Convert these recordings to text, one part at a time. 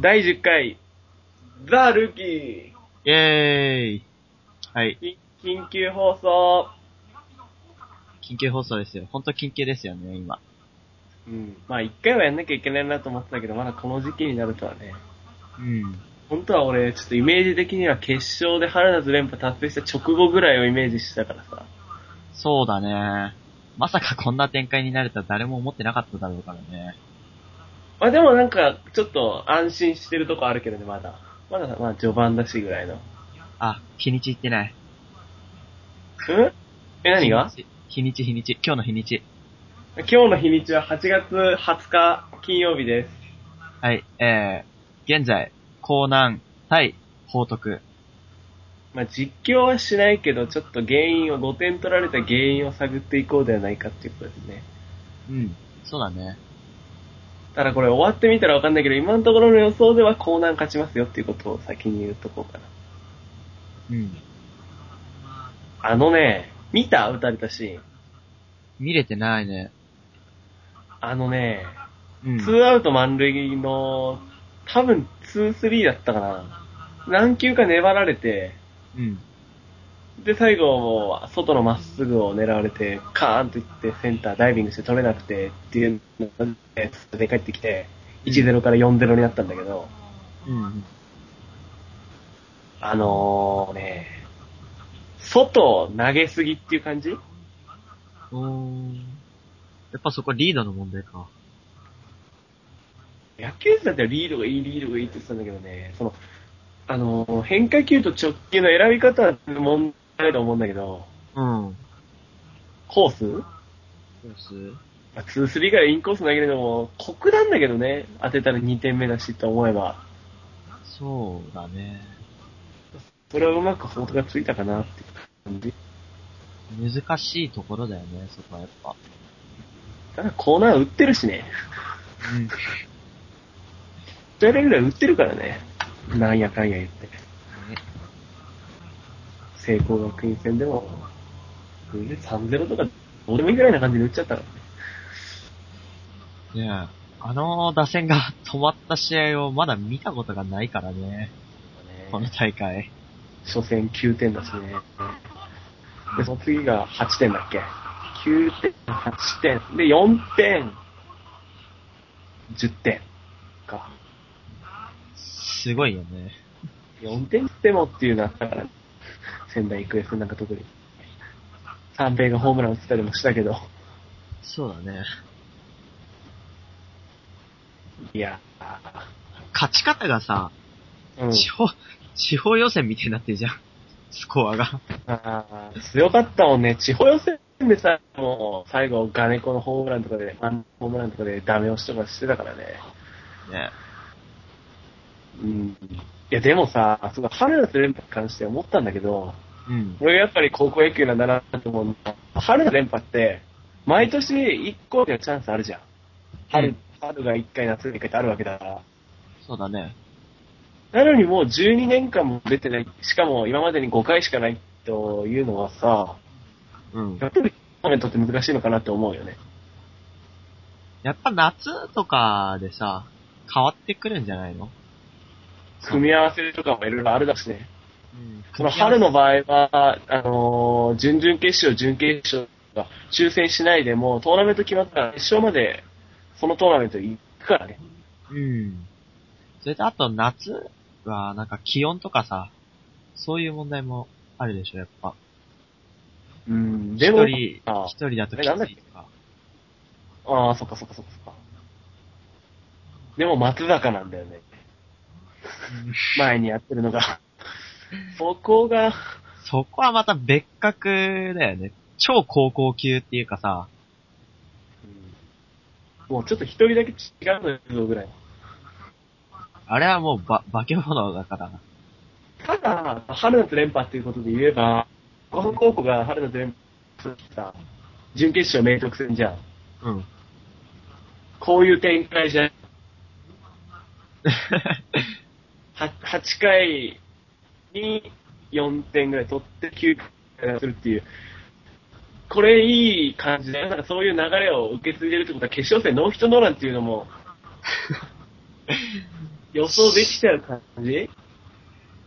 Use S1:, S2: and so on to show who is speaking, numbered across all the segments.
S1: 第10回、ザ・ルーキー、
S2: イェーイ。はい。
S1: き緊急放送。
S2: 緊急放送ですよ。ほんと緊急ですよね、今。
S1: うん。まあ、一回はやんなきゃいけないなと思ってたけど、まだこの時期になるとはね。
S2: うん。
S1: 本当は俺、ちょっとイメージ的には決勝で原田と連覇達成した直後ぐらいをイメージしてたからさ。
S2: そうだね。まさかこんな展開になるとは誰も思ってなかっただろうからね。
S1: まあでもなんか、ちょっと安心してるとこあるけどね、まだ。まだ、まあ序盤だしぐらいの。ん
S2: あ、日にち言ってない。
S1: え、何が
S2: 日にち日にち、今日の日にち。
S1: 今日の日にちは8月20日金曜日です。
S2: はい、えー、現在、江南対報徳。
S1: まあ実況はしないけど、ちょっと原因を、5点取られた原因を探っていこうではないかっていうことですね。
S2: うん。そうだね。
S1: ただこれ終わってみたらわかんないけど、今のところの予想ではコーナー勝ちますよっていうことを先に言うとこうかな。
S2: うん。
S1: あのね、見た打たれたシーン。
S2: 見れてないね。
S1: あのね、
S2: うん。
S1: ツーアウト満塁の、多分2、3だったかな。何球か粘られて、
S2: うん。
S1: で、最後も、外のまっすぐを狙われて、カーンといって、センターダイビングして取れなくてっていうので、で帰ってきて、1-0から4-0になったんだけど、
S2: うん。
S1: あのーね、外を投げすぎっていう感じ
S2: おー。やっぱそこリードの問題か。
S1: 野球児だったらリードがいい、リードがいいって言ってたんだけどね、その、あのー変化球と直球の選び方は問題だと思うんだけど、
S2: うん。
S1: コース
S2: そうっす
S1: まあ2、3からインコース投げるのも酷なんだけどね、当てたら2点目だしと思えば、
S2: そうだね。
S1: それをうまく法がついたかなって感じ。
S2: 難しいところだよね、そこはやっぱ。
S1: ただコーナー打ってるしね、
S2: うん。
S1: 2レぐらい打ってるからね、なんやかんや言って。聖光学院戦でも、全然3-0とかどうでもいいぐらいな感じで打っちゃったからね。
S2: ねえ、あの打線が止まった試合をまだ見たことがないからね、この大会。
S1: 初戦9点だしね。で、その次が8点だっけ ?9 点、8点。で、4点、10点か。
S2: すごいよね。
S1: 4点でもっていうのあったから、仙台育英戦なんか特に。三平がホームラン打ってたりもしたけど、
S2: そうだね。
S1: いや、
S2: 勝ち方がさ、
S1: うん。
S2: 地方、地方予選みたいになってるじゃん。スコアが。
S1: あー強かったもんね。地方予選でさ、もう最後、ガネコのホームランとかで、ファンホームランとかでダメ押しとかしてたからね。
S2: ね
S1: うんいや、でもさ、その春夏連覇に関して思ったんだけど、
S2: うん。
S1: 俺がやっぱり高校野球なんだなと思うのは、春夏連覇って、毎年1個でチャンスあるじゃん。春、
S2: うん
S1: 春が1回、夏が1回ってあるわけだから。
S2: そうだね。
S1: なのにもう12年間も出てない、しかも今までに5回しかないというのはさ、
S2: うん
S1: や。っぱりトーナメントって難しいのかなって思うよね。
S2: やっぱ夏とかでさ、変わってくるんじゃないの
S1: 組み合わせとかもいろいろあるだしね。
S2: うん。
S1: その春の場合は、あのー準々決勝、準決勝が抽選しないでも、トーナメント決まったら決勝まで、そのトーナメント行くからね。
S2: うん。それとあと夏はなんか気温とかさ、そういう問題もあるでしょ、やっぱ。
S1: うん
S2: 一
S1: でも、
S2: 人、
S1: あ
S2: 一人だとき
S1: えなんだっけ
S2: ついとか。
S1: あー、そっかそっかそっかそっか。でも松坂なんだよ ね。前にやってるのが。そこが、
S2: そこはまた別格だよね。超高校級っていうかさ、
S1: うんもうちょっと一人だけ違うのよぐらい。
S2: あれはもうば、化け物だから。
S1: ただ、春夏連覇っていうことで言えば、五本高校が春夏連覇してさ、準決勝明徳戦じゃん。
S2: うん。
S1: こういう展開じゃん。は8回に4点ぐらい取って9回するっていう。これいい感じだよ。なんかそういう流れを受け継いでるってことは決勝戦ノーヒットノーランっていうのも、予想できちゃう感じ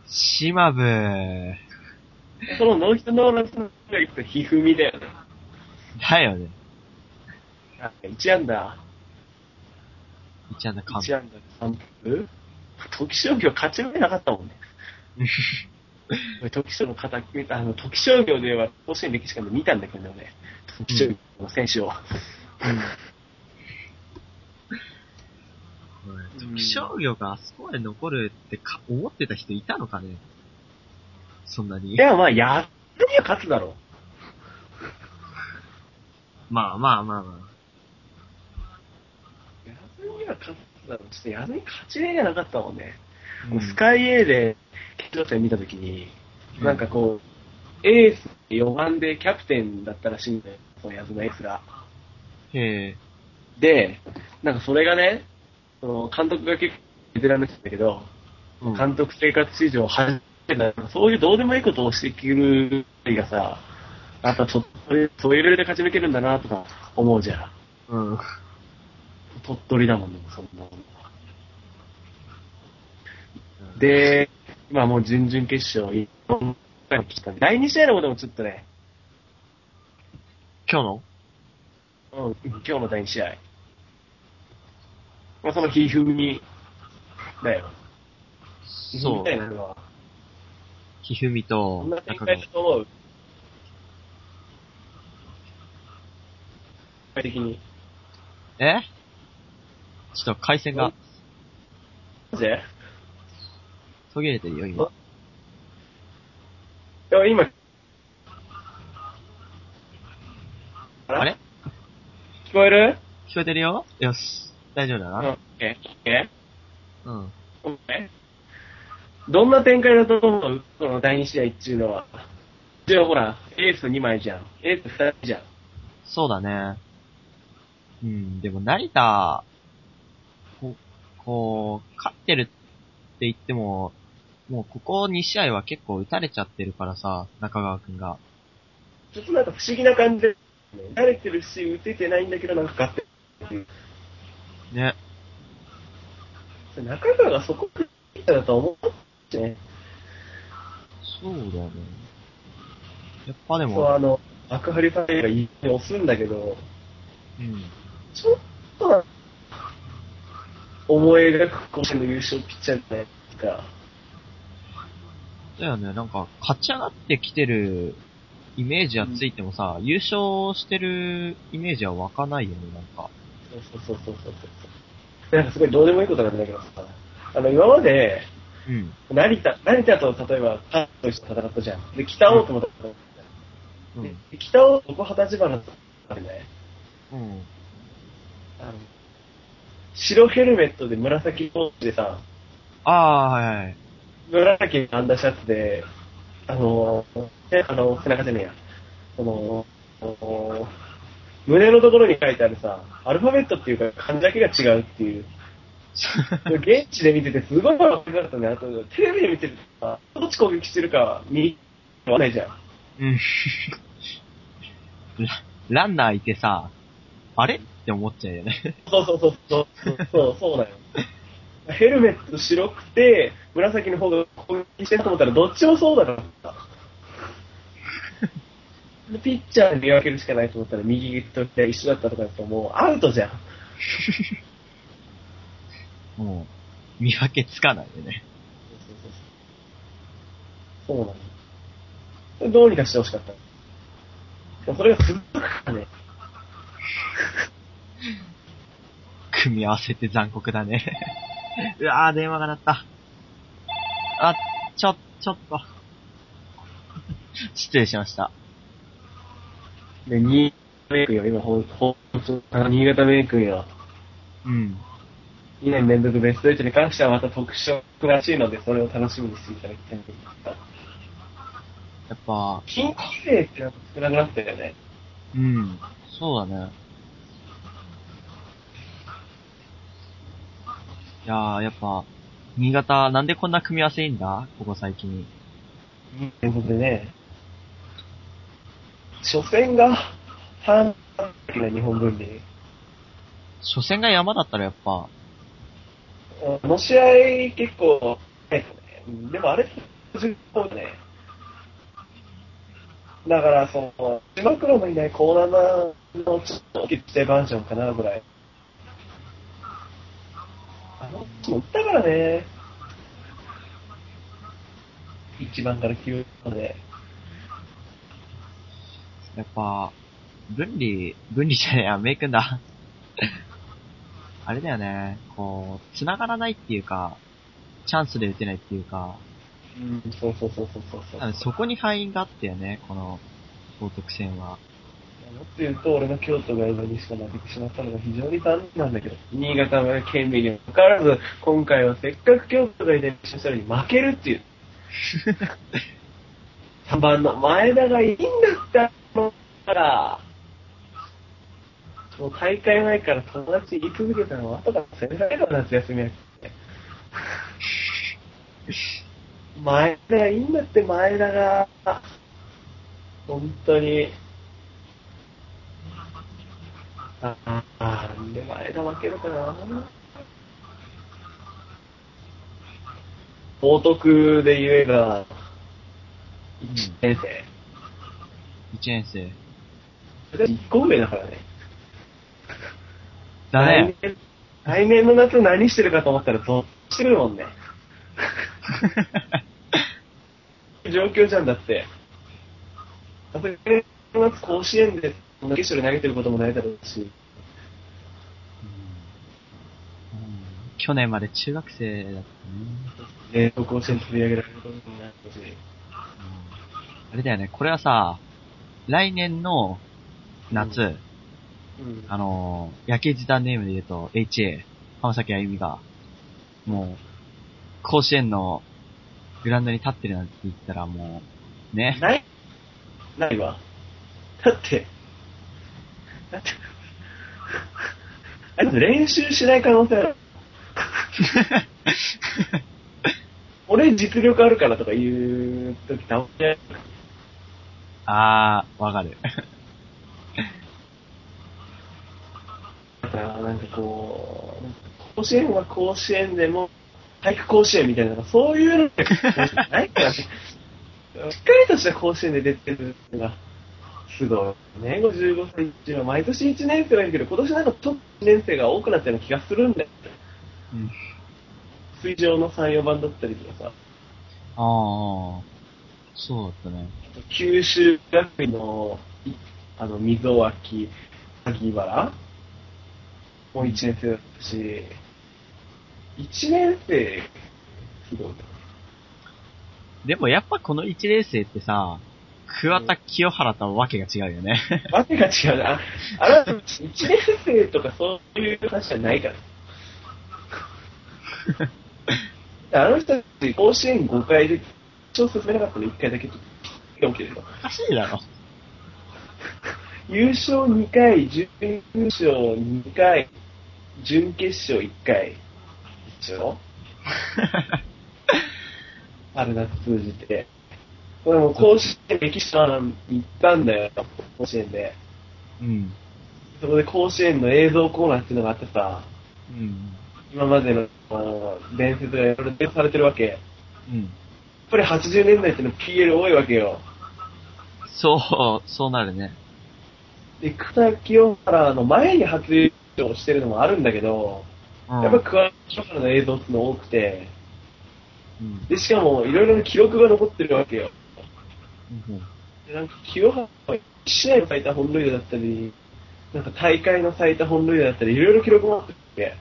S2: 島部ー。
S1: そのノーヒットノーランスの言ったひふみだよね。
S2: だよね。
S1: 1アンダ
S2: 一案の
S1: ー、
S2: 完
S1: 1アンダー、3分時商業勝ち目なかった もんね。俺時商業の肩、あの、時商業では甲子園歴史館で見たんだけどね、時商業の選手を。うん
S2: 気象業があそこまで残るってか思ってた人いたのかねそんないに。
S1: や、まあ、やってりゃ勝つだろ
S2: まあまあまあま
S1: う。やるには勝つだろう。ちょっとやるに勝ち目がなかったもんね。
S2: あ。うん
S1: スカイ A で決勝戦見たときに、なんかこう、エース4番でキャプテンだったらしいんだよ、そのヤズのエースが。
S2: へえ。
S1: で、なんかそれがね、その監督が結構ベテランの人だけど、
S2: うん
S1: 監督生活史上初めてだそういうどうでもいいことをしてくる人がさ、あとちょっとそういうレベルで勝ち抜けるんだなとか思うじゃん。
S2: うん。
S1: 鳥取だもんね、そんなもん。で、今もう準々決勝、一本に来たんで第2試合のこともちょっとね、
S2: 今日の
S1: うん、今日の第2試合。まあ、そのひふみだよ。
S2: そう
S1: だ。よ。
S2: ひふみ
S1: ことんな、
S2: なん
S1: 展
S2: か
S1: 開だと思う。展開的に。
S2: えちょっと回線が
S1: なぜ
S2: 途切れてるよ、今。
S1: いや、今。あ
S2: あれ
S1: 聞こえる
S2: 聞こえてるよよし。大丈夫だ
S1: うん。
S2: な。
S1: オッケー。オッケー。
S2: うん。
S1: ごめんどんな展開だと思うこの第2試合っていうのは。一応ほら、エース2枚じゃん。エース2人じゃん。
S2: そうだね。うん、でも成田、ここう、勝ってるって言っても、もうここ2試合は結構打たれちゃってるからさ、中川くんが。
S1: ちょっとなんか不思議な感じで、慣れてるし、打ててないんだけど、なんか勝ってる。
S2: ね。
S1: 中川がそこ食っただと思うね。
S2: そうだね。やっぱで
S1: そう、
S2: も、
S1: あの、幕張ファイルがいい押すんだけど、
S2: うん。
S1: ちょっとは、思い描く今年の優勝ピッチャーじゃないですか。
S2: だよね、なんか、勝ち上がってきてるイメージはついてもさ、優勝してるイメージは湧かないよね、なんか。
S1: そうそうそうそうそう。なんかすごいどうでもいいことなんだけどさ、あの、今まで、
S2: うん。
S1: 成田、成田と例えば、カットして戦ったじゃん。で、北大友と戦ったじ
S2: う
S1: ゃん。
S2: ん。
S1: で、北大友、小畑原と戦ったね。
S2: うん。
S1: あの、白ヘルメットで紫コーチでさ、
S2: ああー、はい はい。
S1: 紫のアンダーシャツで、あの、ねあの、背中じゃねえや。その、あの胸のところに書いてあるさ、アルファベットっていうか漢字だけが違うっていう。現地で見ててすごい分かったね。あと、テレビで見てるとさ、どっち攻撃してるか見、わかんないじゃん。
S2: うん。ラランナーいてさ、あれって思っちゃうよね。
S1: そうそうそうそう。そう、そうだよ。ヘルメット白くて、紫の方が攻撃してると思ったら、どっちもそうだから。でピッチャーで見分けるしかないと思ったら、右と左一緒だったとかだと、もうアウトじゃん。
S2: もう、見分けつかないよね。
S1: そうなの。どうにかしてほしかった。でもそれが続くからね。
S2: 組み合わせって残酷だね。 うわぁ、電話が鳴った。あ、ちょ、ちょっと。失礼しました。
S1: で、新潟メイクよ、今、ほほ新潟メイクよ。
S2: うん。
S1: 2年連続ベスト8に関してはまた特色らしいので、それを楽しみにしていただきたいと思います。
S2: やっぱ、
S1: 近畿勢ってなんか少なくなったよね。
S2: うん。そうだね。いやー、やっぱ、新潟、なんでこんな組み合わせいいんだここ最近。
S1: ということでね、初戦が3だっけね、日本文理。
S2: 初戦が山だったらやっぱ、
S1: あの試合、結構、ね、でもあれ、重要だね。だから、その、島黒のいないコーナーのちょっと決定バージョンかなぐらい。あの、打ったからね。1番から9番まで。
S2: やっぱ、分離、分離じゃねえや、メイクんだ。 あれだよね、こう、繋がらないっていうか、チャンスで打てないっていうか、
S1: うん、そうそうそうそうそうそ
S2: 多
S1: う。
S2: 分そこに敗因があったよね、この、報徳戦は。
S1: もっと言うと、俺の京都が江戸にしか負けてしまったのが非常に残念なんだけど、新潟が県民にもかかわらず、今回はせっかく京都が江戸にししたのに負けるっていう。3番の前田がいいんだったのから、もう大会前から友達に言い続けたのは後からせられる夏休みやって。前田がいいんだって、前田が。本当に。ああ、でも前田負けるかな。報徳で言えば、1年生。
S2: 1年生。
S1: 1個上だからね。
S2: だね。
S1: 来年来年の夏何してるかと思ったら、ゾッしてるもんね。状況じゃんだって。だって来年の夏甲子園で、決勝で投げてることもないだろうし。
S2: うん去年まで中学生だったね。
S1: ね、甲子園取り上げられることになるし、
S2: あれだよね、これはさ、来年の夏、
S1: うんうん
S2: あのー、野球時短ネームで言うと、HA、浜崎あゆみが、もう、甲子園のグラウンドに立ってるなんて言ったらもう、ね、
S1: ないないわ。だって、だって、あいつ練習しない可能性ある。俺実力あるからとか言うとき倒せない。
S2: あー、わかる。
S1: だからなんかこう、甲子園は甲子園でも、体育甲子園みたいな、なんかそういうのってないからね。 しっかりとした甲子園で出てるのが、すごい。ね、55歳っていうのは毎年1年生はいるけど、今年なんかちょっと1年生が多くなったような気がするんだよ。
S2: うん、
S1: 水上の3、4番だったりとかさ、
S2: あー、そうだったね。
S1: 九州学院の、いあの、溝脇、萩原もう1年生だったし、1年生、すごい。
S2: でもやっぱこの1年生ってさ、桑田清原とはわけが違うよね。
S1: わけが違うな。あれは1年生とかそういう話じゃないから。あの人たち、甲子園5回で、決勝進めなかったの1回だけで起きてるの。
S2: おかしいだろ。
S1: 優勝2回、準優勝2回、準決勝1回。一応あるな、通じて。これもう甲子園、メキシコに行ったんだよ、甲子園で。
S2: うん。
S1: そこで甲子園の映像コーナーっていうのがあってさ、
S2: うん。
S1: 今までのあの伝説がいろいろ伝説されてるわけ。やっ
S2: うん。
S1: ぱり80年代っていうの PL 多いわけよ。
S2: そう、そうなるね。
S1: で、草清原の前に初優勝してるのもあるんだけど、
S2: うん
S1: やっぱ桑清原の映像っていうの多くて、
S2: うん
S1: で、しかもいろいろな記録が残ってるわけよ。
S2: うん
S1: でなんか清原は1試合の最多本塁打だったり、なんか大会の最多本塁打だったり、いろいろ記録もあってて、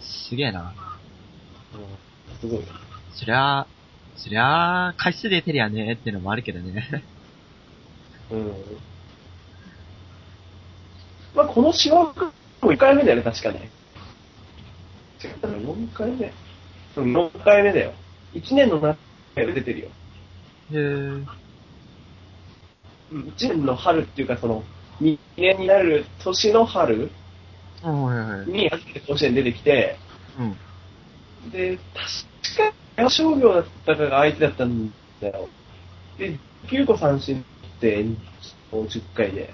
S2: すげえな。
S1: すごい。
S2: そりゃあ、そりゃあ、回数出てりゃねってのもあるけどね。
S1: うん。まあ、この芝生も1回目だよね、確かね。違ったら4回目。うん、4回目だよ。1年の夏が出てるよ。
S2: へー
S1: うん、1年の春っていうか、その、2年になる年の春
S2: うん、はいはい。
S1: に初めて甲子園出てきて、
S2: うん。
S1: で、確か、山商業だったかが相手だったんだよ。で、9個三振って、10回で。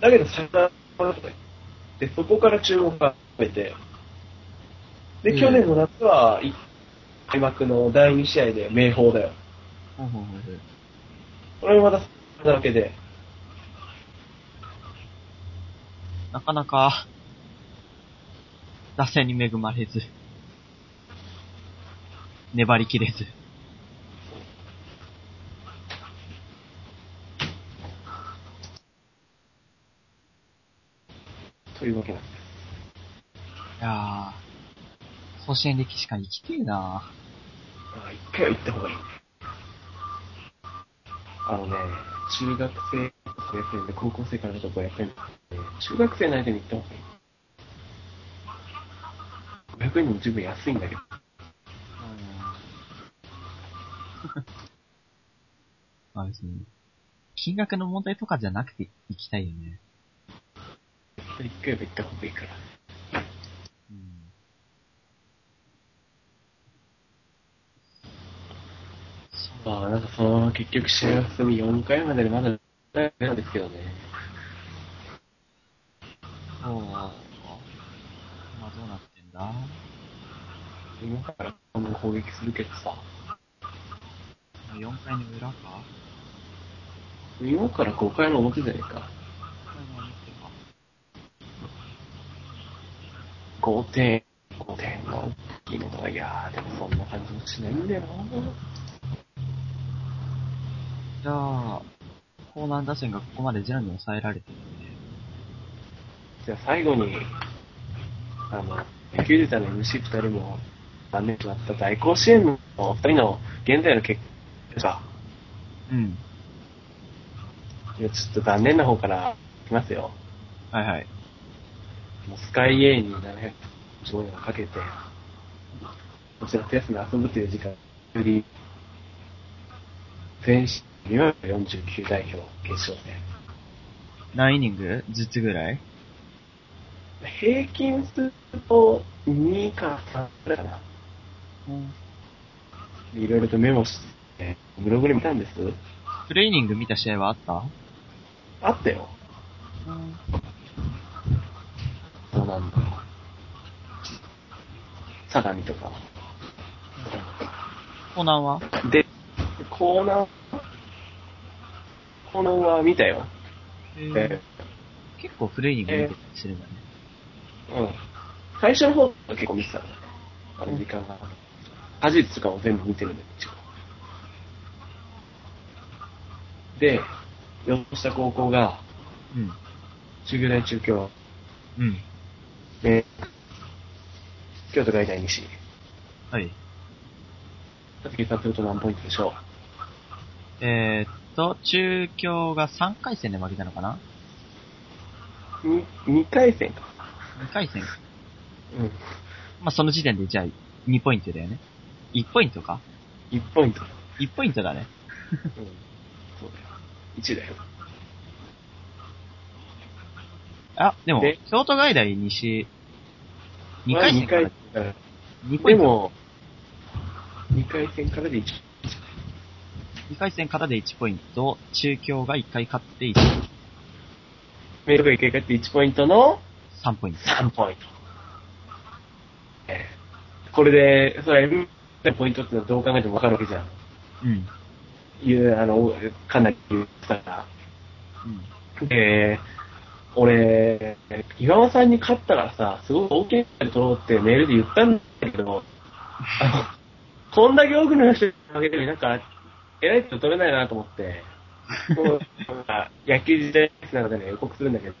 S1: だけど、サヨナラとか言って、そこから注目が集めて、で、
S2: うん
S1: 去年の夏は、い開幕の第2試合で明豊だよ。
S2: ほうほうほうほう
S1: これもまた、だけで、
S2: なかなか、打線に恵まれず、粘りきれず。
S1: というわけなんです。
S2: いやー、甲子園歴史か生きてえな
S1: まあ、一回は行った方がいい。あのね、中学生の子やってるんで、高校生からのとこやってるんで、中学生の間に行った方がいい。500円も十分安いんだけど。
S2: まあ別に、金額の問題とかじゃなくて行きたいよね。
S1: 一回は行った方がいいから。まあ、なんかそのまま結局試合が進み4回まででまだなんですけどね。
S2: そう。今どうなってんだ
S1: 今からもう攻撃するけどさ、
S2: ?4 回の裏か
S1: 今から5回の表じゃないか。5点、5点が大きいのか。いやー、でもそんな感じもしないんだよな。
S2: じゃあ、コーナー打線がここまでジェラに抑えられてるんで。
S1: じゃあ最後に、あの、野球児さんの MC2 人も残念となった大甲子園のお二人の現在の結果が、
S2: うん。
S1: いやちょっと残念な方からいきますよ。
S2: はいはい。
S1: もうスカイエイに750円をかけて、こちら夏休み遊ぶという時間より、全市249代表決勝戦。
S2: 何イニングずつぐらい
S1: 平均すると2か3くらいかな。いろいろとメモして、ブログで見たんです
S2: プレイニング見た試合はあった
S1: あったよ。そうなんだ。相模とか。
S2: コーナーは
S1: で、コーナー、コーナーは見たよ。え
S2: 結構プレイニング見てたりするんだね。
S1: うん。最初の方は結構見てたの。あの時間が。果実とかも全部見てるんだよ、一応。で、吉下高校が、
S2: うん。
S1: 中京大中京、
S2: うん。
S1: ね、京都外大西。
S2: はい。
S1: だって計算すると何ポイントでしょ
S2: えー、っと、中京が3回戦で負けたのかな
S1: う。に二回戦か。
S2: ?2 回戦。
S1: うん。
S2: まあ、その時点でじゃあ2ポイントだよね。1ポイントか
S1: 一ポイント。
S2: ?1 ポイントだね。
S1: うん。そうだよ。一だよ。
S2: あ、でも
S1: で、
S2: 京都外大西、2回戦
S1: 二
S2: から
S1: 回戦から。
S2: 2ポイ
S1: で
S2: ント。
S1: も、二回戦からで一。
S2: 2回戦からで1ポイント、中京が1回勝って1、
S1: メイドが一回勝って一ポイントの、
S2: 3ポイント。
S1: 3ポイント。ええこれで、それ、M のポイントってのはどう考えても分かるわけじゃん。
S2: うん。
S1: いう、あの、かなり言ったら。
S2: うん。
S1: で、俺、岩尾さんに勝ったからさ、すごい大きいので取ろうってメールで言ったんだけど、あの、こんだけ多くの人に負けてるなんか、偉いと取れないなと思って、こうなんか野球時代なのでね、予告するんだけど、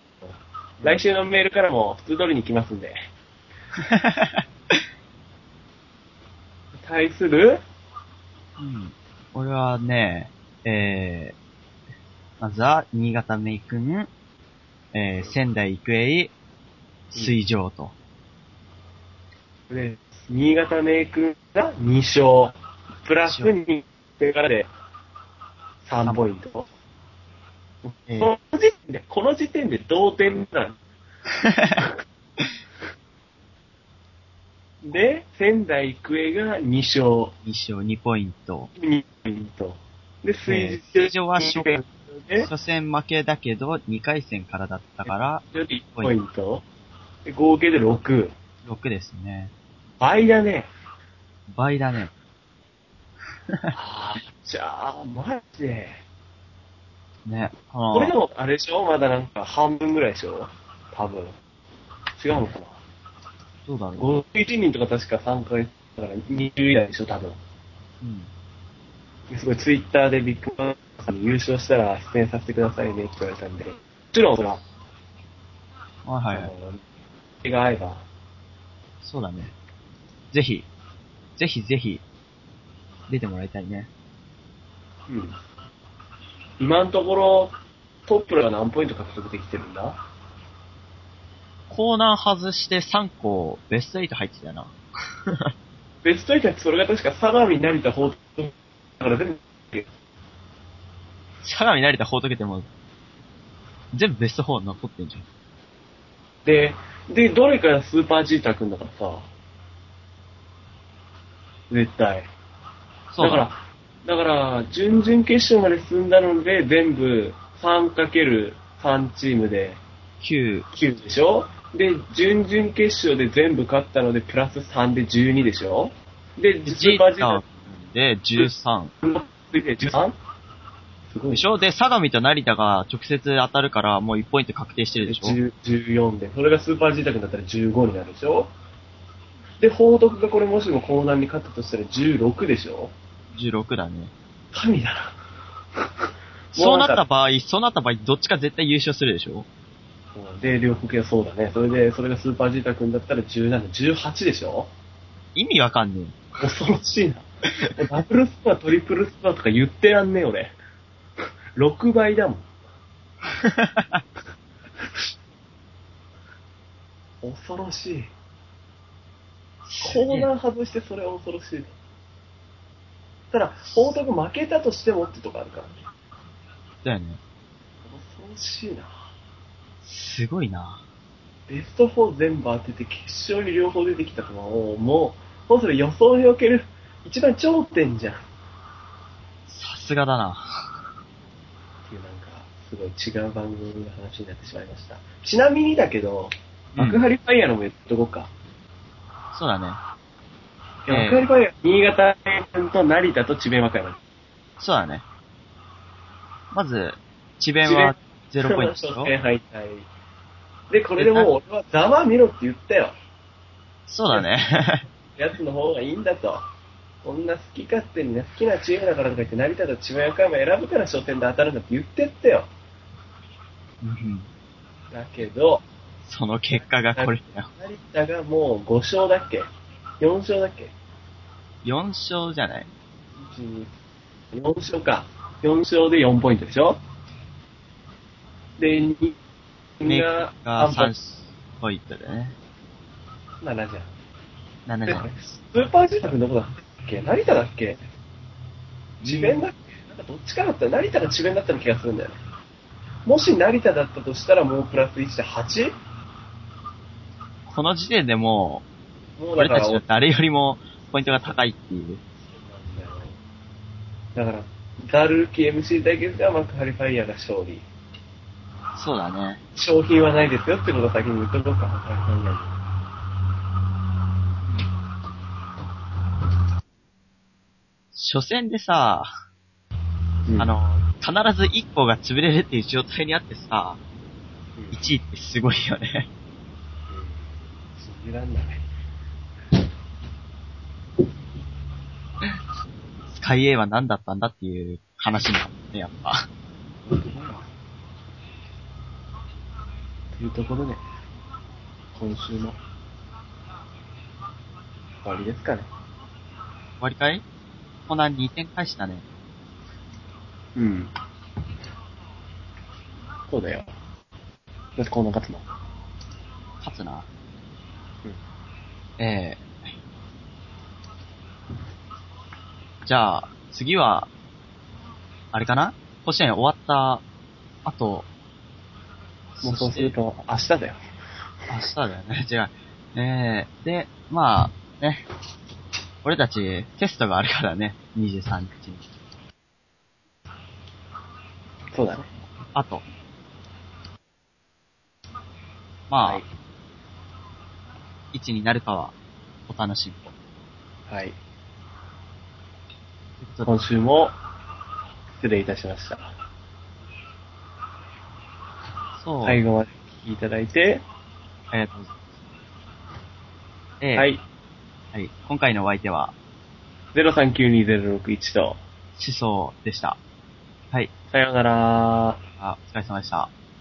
S1: 来週のメールからも普通取りに来ますんで。対する
S2: うん。俺はね、えー、まずは、新潟メイ君、えー、仙台育英、水上と。
S1: で新潟メイクが2勝、プラス2、それからで3ポイント。
S2: え
S1: こ
S2: ー
S1: の時点で、この時点で同点 なんで、仙台育英が2勝、
S2: 2勝2ポイント。
S1: 2ポイント。で、水
S2: え
S1: 上
S2: ー水上は初
S1: で、
S2: 初戦負けだけど、2回戦からだったから、
S1: 1ポイント。で合計で6。
S2: 6ですね。
S1: 倍だ ね。
S2: 倍だね。
S1: あーじゃあ、マジで。
S2: ね。
S1: こ
S2: こ
S1: れでも、あれでしょまだなんか半分ぐらいでしょ多分。違うのかな
S2: どうだろ
S1: ?51 人とか確か参加だから20以内でしょ多分。
S2: う。うん。
S1: すごい、ツイッターでビッグマンさんに優勝したら出演させてくださいねって言われたんで。もちろん、そら、
S2: はいはい
S1: あ
S2: はい。
S1: の気が合えば。
S2: そうだね。ぜひ、ぜひぜひ、出てもらいたいね。
S1: うん。今のところ、トップラが何ポイント獲得できてるんだ
S2: コーナー外して3個、ベスト8入ってたよな。
S1: ベスト8はそれが確か相模成田報道だから全部、
S2: 相模成田放とけても、全部ベスト4残ってんじゃん。
S1: で、で、どれかスーパージーターくんだからさ、絶対。
S2: そう
S1: だから、だから、準々決勝まで進んだので、全部 3×3 チームで
S2: 9、
S1: 9でしょで、準々決勝で全部勝ったので、プラス3で12でしょで、ス
S2: ジ
S1: ーパー
S2: ー
S1: ジータ
S2: タで13。
S1: ーくんの次で 13? すごい
S2: でしょで、相模と成田が直接当たるから、もう1ポイント確定してるでしょ
S1: 10 14で、それがスーパー G 卓だったら15になるでしょで、報徳がこれもしもコーナーに勝ったとしたら16でしょ
S2: ?16 だね。
S1: 神だな。
S2: そうなった
S1: も
S2: 場合、そうなった場合、どっちか絶対優勝するでしょ
S1: うなんかで、両国はそうだね。それで、それがスーパー G 卓だったら17、18でしょ
S2: 意味わかんね
S1: 恐ろしいな。ダブルスコア、トリプルスコアとか言ってらんねえ、俺。6倍だもん。 恐ろしい。
S2: え。
S1: コーナー外してそれは恐ろしい。ただ、報徳負けたとしてもってとこあるからね。
S2: だよね。
S1: 恐ろしいな。
S2: すごいな。
S1: ベスト4全部当てて決勝に両方出てきたとはもう、もう、もうそれ予想における一番頂点じゃん。っ
S2: さすがだな。
S1: ていうなんか、すごい違う番組の話になってしまいました。ちなみにだけど、
S2: うん
S1: 幕張ファイヤーのも言っとこうか。
S2: そうだね。
S1: いや
S2: ええ
S1: 幕張ファイヤー、新潟県と成田と智弁和歌山。
S2: そうだね。まず、智弁は
S1: ゼ
S2: 0ポイントでし ょ
S1: 敗退。で、これでもう俺はざまあ見ろって言ったよ。
S2: そうだね。
S1: やつの方がいいんだと。こんな好き勝手にね、好きなチームだからとか言って、成田と千葉横山選ぶから初戦で当たるんだって言ってってよ。
S2: うん
S1: だけど、
S2: その結果がこれだよ。
S1: 成田がもう5勝だっけ ?4 勝だっけ
S2: 4勝じゃない
S1: ?1、2、4勝か。4勝で4ポイントでしょで、2
S2: メ
S1: が
S2: が
S1: 3ポイ
S2: 3
S1: ン
S2: ポイントでね。
S1: ト。7じゃん。
S2: 7じ
S1: で
S2: ゃん。
S1: スーパージータどこだっけ成田だっけ智弁だっけなんかどっちかだったら、成田が智弁だったような気がするんだよね。もし成田だったとしたら、もうプラス1で 8?
S2: この時点でもう、
S1: もうだ
S2: 俺
S1: か
S2: た
S1: ら、
S2: ちは誰よりもポイントが高いっていう。
S1: だから、ガルーキ MC 対決では幕張ファイヤーが勝利。
S2: そうだね。
S1: 商品はないですよってことを先に言っとこうか、幕張ファイヤーに。
S2: 初戦でさ、
S1: うん
S2: あの、必ず1個が潰れるっていう状態にあってさ、
S1: うん
S2: 1位ってすごいよね。
S1: 信じらんない。
S2: スカイ A は何だったんだっていう話になって、やっぱ。
S1: というところで、今週も終わりですかね。
S2: 終わりかいコナン2点返したね。
S1: うん。そうだよ。私こんな勝つの。
S2: 勝つな。ええじゃあ、次は、あれかな甲子園終わった後、
S1: もうそう
S2: し
S1: す
S2: て
S1: ると明日だよ。
S2: 明日だよね、 違う。ええで、まあ、ね。俺たち、テストがあるからね、23日に。
S1: そうだね。
S2: あと。まあ、
S1: はい
S2: 1になるかは、お楽しみと。
S1: はい。
S2: ということで
S1: 今週も、失礼いたしました。
S2: そう。
S1: 最後までお聞きいただいて、
S2: ありがとうございます。ええ、
S1: はい。
S2: はい。今回のお相手は、
S1: 03920611と、
S2: 思想でした。はい。
S1: さようなら。
S2: あお疲れ様でした。